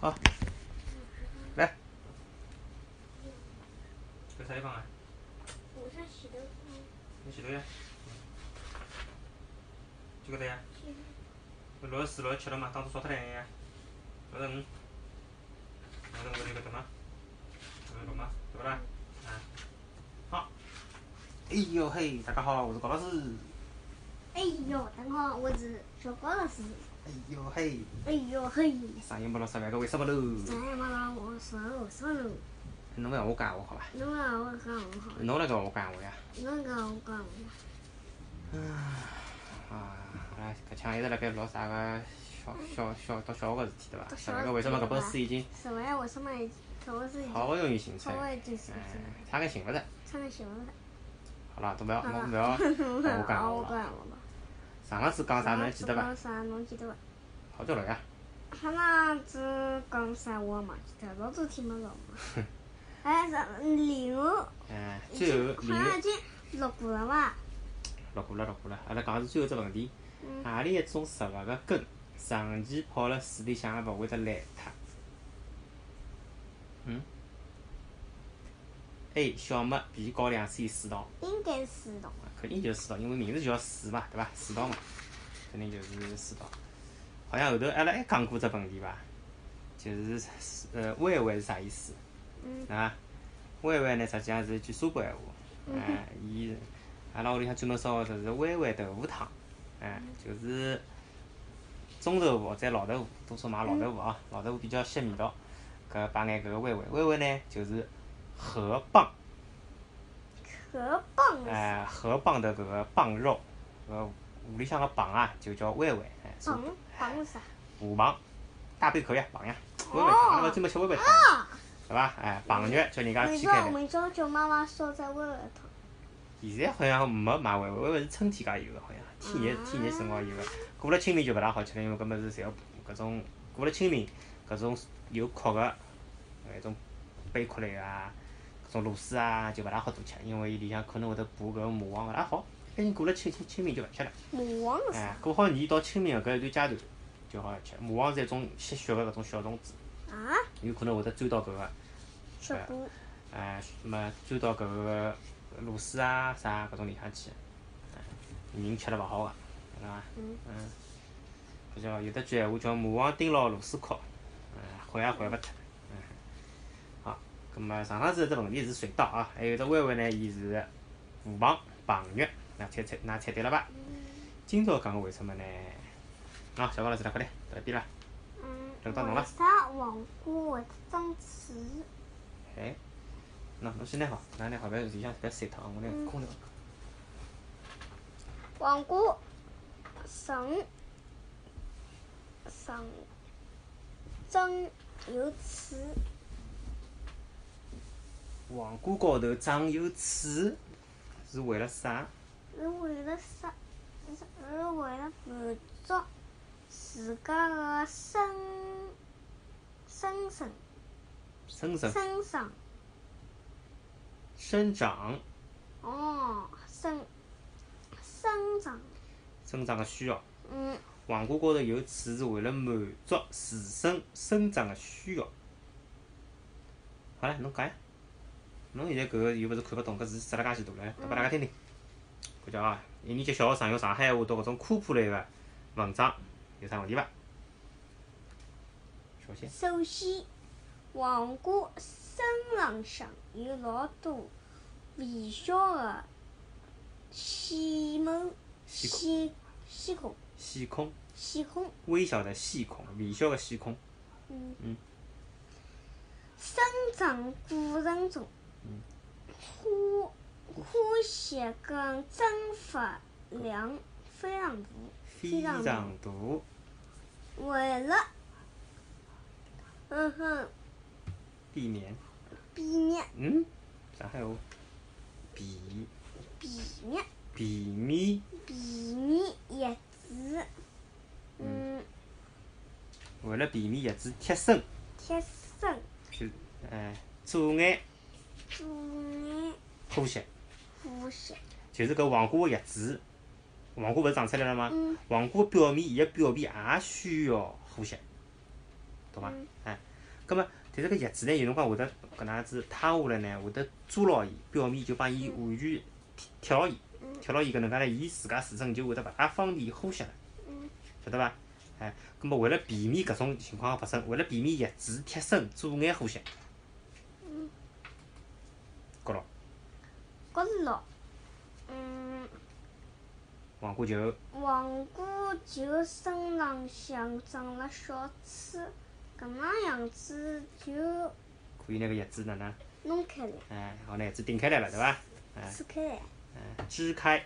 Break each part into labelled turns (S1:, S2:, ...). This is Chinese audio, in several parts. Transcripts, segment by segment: S1: 好，来，搁啥地方啊？
S2: 我上洗头房，
S1: 你前头呀？嗯就搿搭呀？
S2: 去
S1: 六十四、六十七了嘛，当初少脱两样呀。六十五，六十五就搿搭嘛，六十六嘛，对勿啦？啊，好。哎哟嘿，大家好，我是高老师。
S2: 哎哟，等好，我是小高老师。
S1: 哎哟嘿，
S2: 哎哟嘿，
S1: 上一没老师万个为什么喽？
S2: 咱也没让我手上头，
S1: 侬勿要我讲我好伐？
S2: 侬让我讲我好，
S1: 侬辣搿我讲我呀？
S2: 侬讲我讲我
S1: 啊，阿拉搿腔一直辣盖录啥个小小小读小学个事体对伐？
S2: 读小
S1: 小
S2: 学
S1: 学为什么搿本
S2: 事啊
S1: 书已经
S2: 十万为什么头是
S1: 好不容易寻出
S2: 头
S1: 来？
S2: 位就是
S1: 哎，差眼寻勿着。
S2: 穿个鞋子，
S1: 好啦，都勿要
S2: 好
S1: 侬
S2: 了，
S1: 勿要
S2: 让
S1: 我讲我
S2: 我
S1: 了。
S2: 讲我了。
S1: 上个次讲啥侬还记得伐
S2: 讲？啥侬记得伐？
S1: 好啊久了呀？
S2: 他那子讲啥我也忘记掉，老早听没着嘛。哎，啥？连我
S1: 嗯，
S2: 已
S1: 最
S2: 经
S1: 后
S2: 好
S1: 李
S2: 像
S1: 安
S2: 已经录过了伐？
S1: 录过了，录过了。阿拉讲的是最后只问题，
S2: 嗯，
S1: 何里一种植物个根长期泡辣水里向也勿会得烂脱？嗯？A. 小麦 B. 高粱 C. 水稻。
S2: 应该是的。
S1: 肯定啊就是水稻，因为名字就叫水嘛，对伐？水稻嘛，肯定就是水稻。好像后头阿拉还讲过只问题伐？就是呃，歪歪是啥意思？
S2: 嗯
S1: 啊，歪歪呢，实际上是一句苏北闲话。啊，伊是阿拉屋里向专门烧个就是歪歪豆腐汤，哎，就是中豆腐或者老豆腐，多数买老豆腐啊，老豆腐比较吸味道。搿摆眼搿个歪歪，歪歪呢就是河蚌。
S2: 河蚌是
S1: 哎，河蚌的搿个蚌肉，呃，湖里向个蚌啊，就叫歪歪，哎，是
S2: 蚌蚌是啥？
S1: 虎蚌，大贝壳呀，蚌呀，歪歪
S2: 哦
S1: 蚌，阿拉勿专门吃歪歪蚌，
S2: 啊！
S1: 对伐？哎，蚌肉叫人家
S2: 每
S1: 劈
S2: 朝
S1: 开来，
S2: 每朝叫妈妈烧只温热汤。
S1: 现在好像没买歪歪，歪歪是春天介有个，好像天热天热辰光
S2: 啊
S1: 有个，过了清明就勿大好吃了，因为搿物事侪要搿种过了清明，搿种有壳个，呃，一种贝壳类啊，搿种螺丝啊，就勿大好多吃，因为伊里向可能会得补搿个蚂蟥，勿大好，毕竟过了清清清明就勿吃了。
S2: 蚂蟥 是
S1: 哎
S2: 啥，？
S1: 过好年到清明搿一段阶段就好吃。蚂蟥是一种吸血个搿种小虫子，
S2: 啊？
S1: 有可能会得钻到搿个，
S2: 小姑，
S1: 哎，什么钻到搿个螺丝啊啥搿种里向去，哎人吃了勿好个，晓得伐？
S2: 嗯
S1: 嗯。搿叫有得句闲话叫蚂蟥盯牢螺丝壳，哎，掼也掼勿脱。嗯。好，葛末上趟子搿只问题是水稻啊，还有只歪歪呢，伊是河蚌、蚌肉，那猜猜，那猜对了伐？今朝讲个为什么呢？啊，小高老师来快点，到一边啦。
S2: 嗯，
S1: 轮到侬了
S2: 为啥黄瓜会得长刺？
S1: 哎，喏，侬先拿好，㑚拿好，勿要里向勿要晒脱啊！我拿空调。
S2: 黄瓜上上长有刺，
S1: 黄瓜高头长有刺，是为了啥？
S2: 是为了啥？是是为了满足自家的生生存
S1: 生长
S2: 生长。
S1: 生长
S2: 哦，生生长，
S1: 生长个需要。
S2: 嗯，
S1: 黄瓜高头有刺是为了满足自身生长个需要。好了，侬讲呀。侬现在搿个又勿是看勿懂，搿字指了介许大了，读拨大家听听。搿叫啊，一年级小学常用上海话读搿种科普类个文章，有啥问题伐？小心。
S2: 首先，黄瓜身浪向有老多微小的细毛、
S1: 细孔
S2: 细细孔、
S1: 细孔，
S2: 细孔，
S1: 微小的细孔，微小的细孔。
S2: 嗯，
S1: 嗯
S2: 生长过程中，花花谢跟蒸发量非常大。
S1: 非常
S2: 非常
S1: 大，
S2: 为了，嗯哼，
S1: 避免
S2: 避免
S1: 嗯，上海话，避
S2: 避免
S1: 避免
S2: 避免叶子，嗯，
S1: 为了避免叶子贴身，
S2: 贴身
S1: 就哎阻碍
S2: 阻碍
S1: 呼吸，
S2: 呼吸，
S1: 就是搿黄瓜个叶子，黄瓜勿是长出来了吗？
S2: 嗯
S1: 黄瓜表面伊个表皮也需要呼吸，懂伐
S2: 嗯？
S1: 哎，咁么，但是搿叶子呢，有辰光会得搿能样子塌下来呢，会得抓牢伊，表面就帮伊完全贴牢伊，贴牢伊搿能介呢，伊自家自身就会得勿大方便呼吸了，晓得伐？哎，咁么为了避免搿种情况发生，为了避免叶子贴身阻碍呼吸，觉牢
S2: 角落，嗯，
S1: 黄瓜球
S2: 黄瓜就身浪向长了小刺，搿能样子就
S1: 可以拿搿叶子哪能？
S2: 弄开来，
S1: 哎，好拿叶子顶开来了，对伐？哎。
S2: 撕开来，
S1: 嗯，支开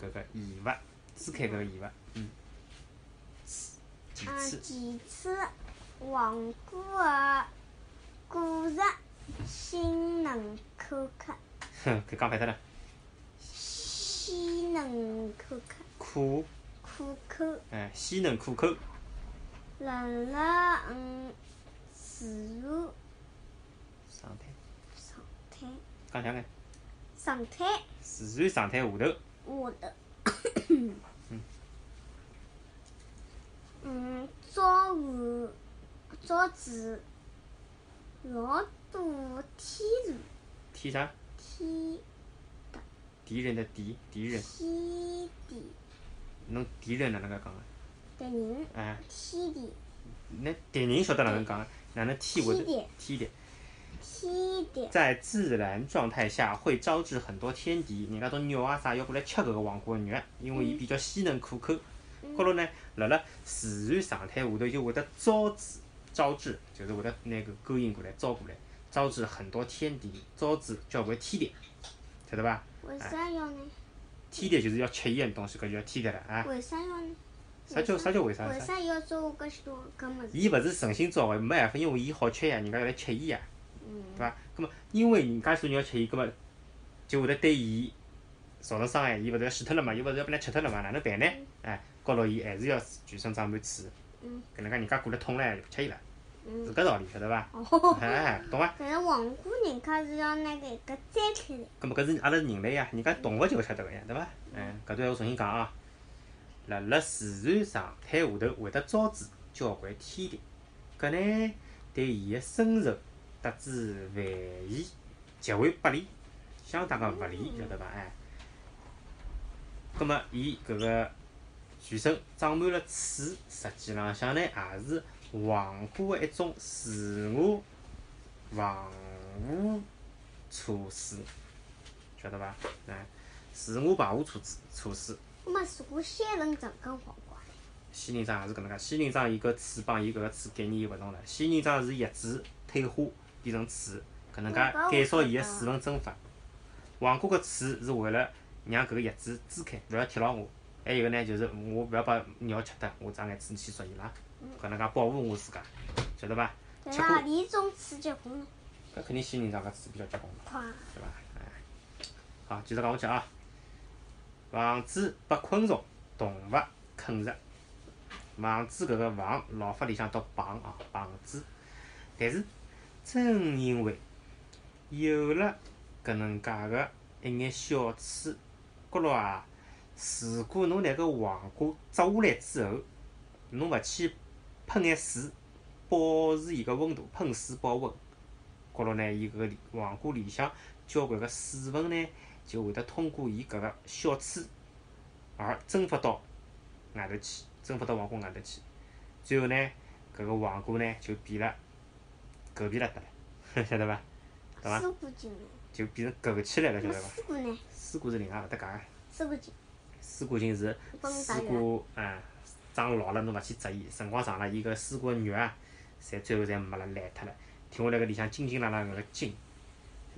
S1: 搿个尾巴，支开搿个尾巴，嗯，几
S2: 啊，
S1: 次
S2: 其次，黄瓜个果实先能口吃，
S1: 哼，搿讲反脱了，
S2: 先能口吃，
S1: 苦，
S2: 可口。
S1: 哎，鲜嫩可口，
S2: 辣辣嗯自然
S1: 上态，
S2: 状态
S1: 讲像眼，
S2: 状态
S1: 自然状态下头，
S2: 下的。嗯，早晚早子老多天然
S1: 天啥？
S2: 天
S1: 敌人的敌，敌人，
S2: 天地
S1: 侬敌人哪能介讲啊？
S2: 的人，
S1: 哎，
S2: 天地
S1: 那敌人晓得哪能讲啊？哪能天会
S2: 天敌
S1: 得天敌？
S2: 天地
S1: 在自然状态下会招致很多天敌，人家种鸟啊啥要过来吃搿个黄瓜肉，因为伊比较鲜嫩可口。高头呢，辣辣自然状态下头就会得招致招致，就是会得拿搿勾引过来招过来，招致很多天敌，招致交关天敌，晓得伐？
S2: 为啥要呢？
S1: 天敌就是要吃伊个东西，搿就叫天敌了啊！
S2: 为啥要呢？
S1: 啥叫啥叫为啥？
S2: 为啥要做搿许多搿物事？
S1: 伊勿是诚心招个，没办法，因为伊好吃呀，人家要来吃伊呀，对伐？咁么，因为人家说你要吃伊，咁么就会得对伊造成伤害，伊勿是要死脱了嘛，伊勿是要被人吃脱了嘛，哪能办呢？哎，告牢伊还是要全身长满刺，
S2: 嗯
S1: 搿能介人家过来痛唻，就勿吃伊了，是
S2: 嗯，
S1: 搿道理，晓得伐？
S2: 哦，
S1: 哎，懂伐？
S2: 但是黄瓜人家是要拿搿个摘开来。
S1: 咁么搿是阿拉人类呀，人家动物就晓得搿样，对伐？嗯，搿段我重新讲啊，辣辣自然状态下头会得招致交关天敌，搿呢对伊个身受得知繁衍极为不利，相当个勿利，晓得伐？哎，咁么伊搿个全身长满了刺，实际浪向呢也是黄瓜个一种自我防护措施。晓得伐？哎，自我保护措施措施。
S2: 没试过仙人掌跟黄瓜。
S1: 仙人掌也是搿能介，仙人掌伊搿刺帮伊搿个刺概念又勿同了。仙人掌是叶子退化变成刺，搿能介
S2: 哦搿我
S1: 减少伊个
S2: 晓得
S1: 水分蒸发。黄瓜搿刺是为了让搿个叶子支开，勿要贴牢我。还有一个呢，就是我勿要把鸟吃脱，我长眼刺去捉伊拉，搿能介保护我自家，晓得伐？
S2: 但
S1: 吃
S2: 是
S1: 过
S2: 何里种刺结棍呢？
S1: 搿肯定仙人掌搿刺比较结棍。
S2: 快，
S1: 对伐？哎，好，继续讲下去啊。防止被昆虫、动物啃食，防止搿个防老法里向读防啊，防止。但是正因为有了搿能介个一眼小刺，觉牢啊，如果侬辣搿黄瓜摘下来之后，侬勿去喷眼水，保持伊个温度，喷水保温，觉牢呢，伊搿个里黄瓜里向交关个水分呢，就会得通过伊搿个小刺而蒸发到外头去，蒸发到黄瓜外头去。最后呢，搿个黄瓜呢就变了狗皮了得了， 晓得伐？对伐？
S2: 丝瓜精呢？
S1: 就变成狗起来了，晓
S2: 没
S1: 得伐？
S2: 试过呢，
S1: 水果是另啊外勿搭界个，
S2: 丝瓜精。
S1: 水果菌是
S2: 帮侬打
S1: 水果，嗯，长老了侬勿去摘伊，辰光长了，伊搿水果肉啊，侪最后侪没了，烂脱了，停下来搿里向筋筋拉拉搿个筋，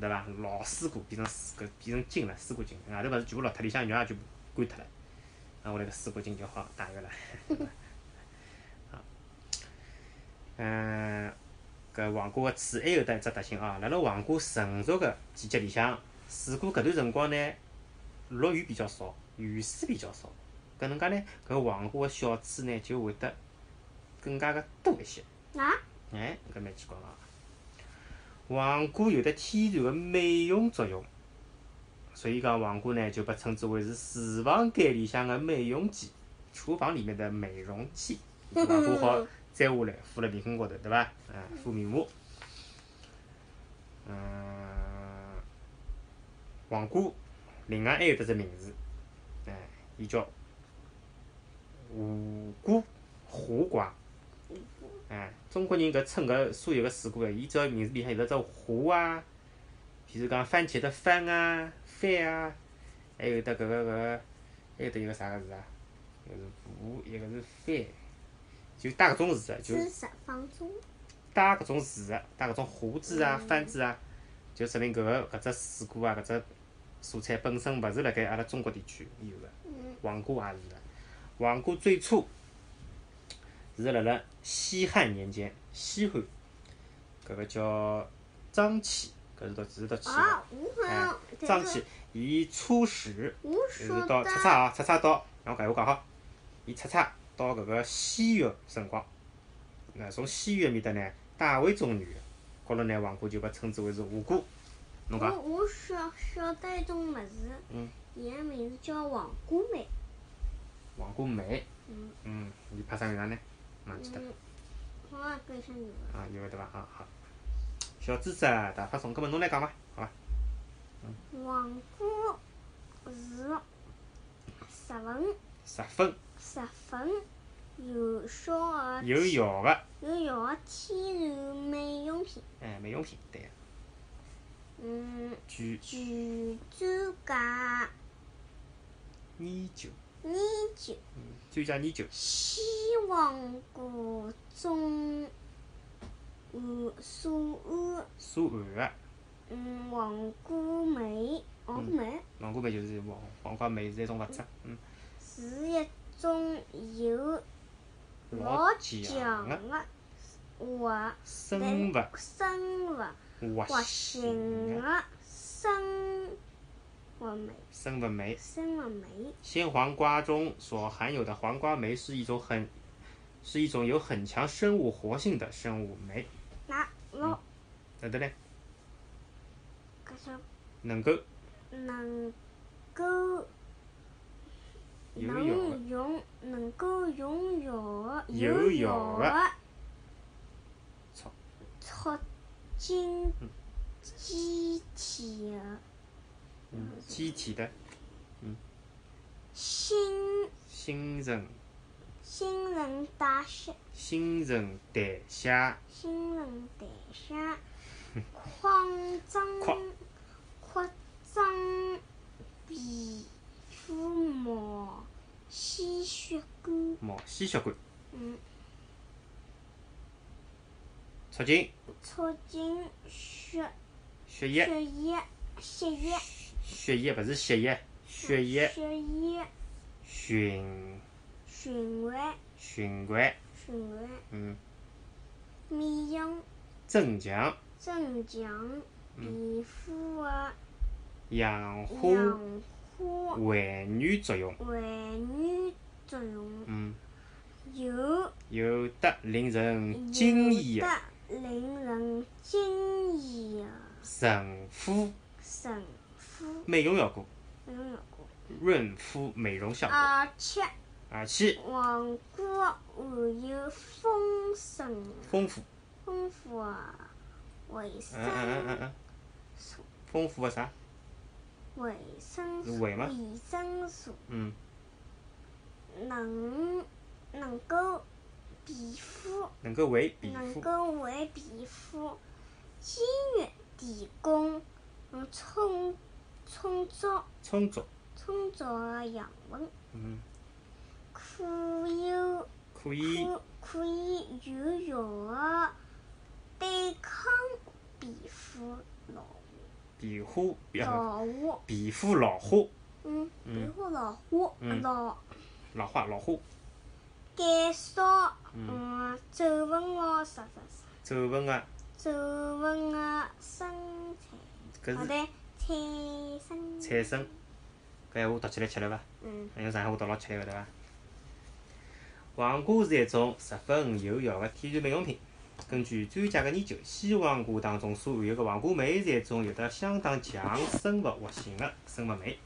S1: 晓得伐？老水果变成水搿变成筋了，水果筋，外头勿是全部落脱，里向肉也全部干脱了，啊，我来搿水果筋就好打药了。啊好嗯，搿黄瓜个刺还有得一只特性啊，辣辣黄瓜成熟个季节里向，水果搿段辰光呢，落雨比较少，雨水比较少，搿能介呢，搿黄瓜个小刺呢就会得更加个多一些。
S2: 啊？
S1: 哎，搿蛮奇怪啊！黄瓜有得天然个美容作用，所以讲黄瓜呢就被称之为是厨房间里向个美容剂，厨房里面的美容剂。黄瓜好摘下来敷辣面孔高头，对伐？啊，敷面膜。嗯，黄瓜，另外还有得只名字，哎，伊叫胡瓜，胡瓜。哎，中国人搿称搿所有个水果，伊只要名字里向有得只胡啊，譬如讲番茄的番啊、番啊，还有得搿个搿个，还有得一个啥个字啊？一个是胡，一个是番，就带搿种字的，就是
S2: 啥方中？
S1: 带搿种字的，带搿种胡字啊、番字啊，就说明搿个搿只水果啊、搿只蔬菜本身勿是辣盖阿拉中国地区有的。
S2: 嗯
S1: 黄瓜也是的，黄瓜最初是辣辣西汉年间，西汉搿个叫张骞，搿是到是到齐的。
S2: 啊，我好
S1: 哎
S2: 像，
S1: 张
S2: 但
S1: 骞
S2: 是
S1: 伊出使，
S2: 我
S1: 就是
S2: 说
S1: 到
S2: 到
S1: 出差啊，出差到，让我搿闲话讲好，伊出差到搿个西域辰光，那从西域埃面搭呢带回中原，高头呢黄瓜就被称之为是胡瓜，侬
S2: 我
S1: 讲
S2: 我晓晓得一种物事，
S1: 嗯
S2: 伊个名字叫黄瓜梅，
S1: 黄瓜梅，
S2: 嗯
S1: 嗯，伊派啥名堂呢？忘记脱了。
S2: 嗯，我也跟上有
S1: 啊，有个对伐？啊好，小知识啊大发送，搿么侬来讲伐？好伐？
S2: 个黄瓜是十分
S1: 十分
S2: 十分有效个
S1: 有效个，
S2: 有效个天然美容品，
S1: 哎，美容品对个，
S2: 嗯，
S1: 据
S2: 据专家
S1: 研究，
S2: 研究，
S1: 专家研究，
S2: 西黄瓜中含所含。
S1: 所含个
S2: 嗯，黄瓜梅，黄瓜梅
S1: 黄瓜酶就是黄黄瓜酶是一种物质，嗯，
S2: 是一种有啊
S1: 老
S2: 强
S1: 强个
S2: 的活
S1: 生物
S2: 生物
S1: 活
S2: 活
S1: 性
S2: 性
S1: 个
S2: 的生物酶，
S1: 生物酶。
S2: 生物酶。
S1: 鲜黄瓜中所含有的黄瓜酶是一种很是一种有很强生物活性的生物酶，
S2: 那我
S1: 哪得呢？
S2: 搿种
S1: 能够
S2: 能够
S1: 有效个
S2: 能用能够用药
S1: 有
S2: 效
S1: 效
S2: 的
S1: 的促
S2: 促进机体的
S1: 嗯机体的
S2: 新
S1: 新陈
S2: 新陈代谢、
S1: 新陈代谢
S2: 新陈代谢扩张、
S1: 扩
S2: 扩张皮肤毛细血管，
S1: 毛细血管，
S2: 嗯，
S1: 促进
S2: 促进血
S1: 血液
S2: 血液血液
S1: 血液不是血液血液
S2: 血液
S1: 循
S2: 循环
S1: 循环，
S2: 循环，
S1: 嗯，
S2: 面容
S1: 增强
S2: 增强皮肤的
S1: 氧化
S2: 氧化
S1: 还原作用，
S2: 还原作用。
S1: 嗯，
S2: 有
S1: 有的令人惊
S2: 有
S1: 异
S2: 的
S1: 的
S2: 令人惊异的
S1: 神肤
S2: 神父
S1: 美容效果，
S2: 拥有过，
S1: 润肤美容效果，
S2: 而且
S1: 而且
S2: 啊王国含有丰盛
S1: 丰富，
S2: 丰富啊的维
S1: 嗯嗯嗯嗯
S2: 生
S1: 嗯，丰富个啥？
S2: 维生
S1: 是
S2: 素
S1: 维吗
S2: 维生素，
S1: 嗯，
S2: 能能够皮肤
S1: 能够为皮
S2: 能
S1: 肤
S2: 够为皮肤肌肉提供嗯充充足。
S1: 充足，
S2: 充足的养分，
S1: 嗯，
S2: 可有
S1: 可以
S2: 可可以有效的对抗皮肤老
S1: 皮肤皮
S2: 老化，
S1: 皮肤老化。
S2: 嗯，皮
S1: 嗯
S2: 肤老化
S1: 嗯
S2: 老，
S1: 老化老化，
S2: 减少
S1: 嗯，
S2: 嗯皱纹咯啥啥啥，
S1: 皱纹啊，
S2: 皱纹的生产，
S1: 搿
S2: 好
S1: 是
S2: 的，产生，
S1: 产生，搿闲话读起来吃力伐？
S2: 嗯，
S1: 用上海话读老吃力个对伐？黄瓜是一种十分有效个天然美容品。根据专家个研究，西黄瓜当中所含有个黄瓜酶是一种有得相当强生物活性个生物酶，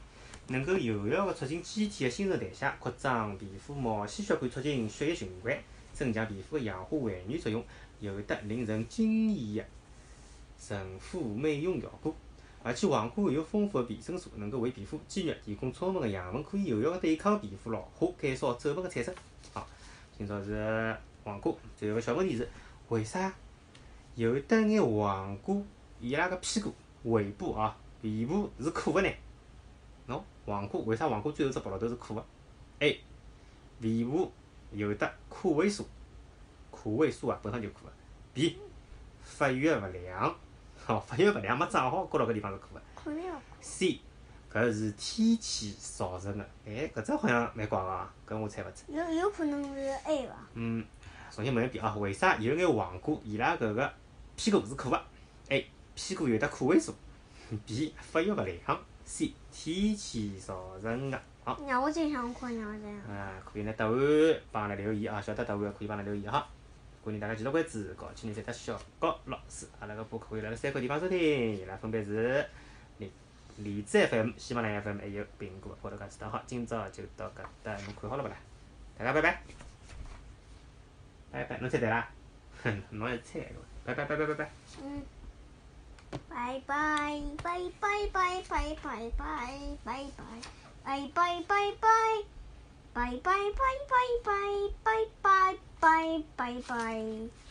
S1: 能够有效个促进机体个新陈代谢，扩张皮肤毛细血管，促进血液循环，增强皮肤个氧化还原作用，有得令人惊异个啊纯肤美容 效果。而且黄瓜含有丰富的维生素，能够为皮肤肌肉提供充分的养分，可以有效地对抗皮肤老化，减少皱纹的产生。好，今朝是黄瓜，最后个小问题是为啥有得眼黄瓜伊拉个屁股、尾部啊、皮部是苦个呢？喏，黄瓜为啥黄瓜最后只白老头是苦个？A，皮部有得苦味素，苦味素啊本身就苦个。B，发育勿良，好，发育勿良没长好，高到搿地方是苦个。
S2: 可能要
S1: C，搿是天气造成个。哎，搿只好像蛮怪个啊，搿我猜勿出。
S2: 有有可能是 A 吧？
S1: 嗯，重新问一遍啊，为啥有眼黄瓜伊拉搿个屁股是苦个？A. 屁股有得苦味素。B. 发育勿良。C. 天气造成个。好，
S2: 让我最想看鸟这样。
S1: 啊，可以拿答案帮阿拉留言啊，晓得答案可以帮阿拉留言哈。欢迎大家继续关注搞清理三的小高老师，阿拉个播客可以辣辣三个地方收听，伊拉分别是荔荔枝 FM、喜马拉雅 FM 还有苹果播客其他好，今朝就到搿搭，侬看好了勿啦？大家拜拜。拜拜，侬猜对啦？哼，侬也猜个，拜拜拜拜拜拜。
S2: 嗯，拜拜拜拜拜拜拜拜拜拜拜拜拜拜。拜拜拜拜拜拜拜拜拜。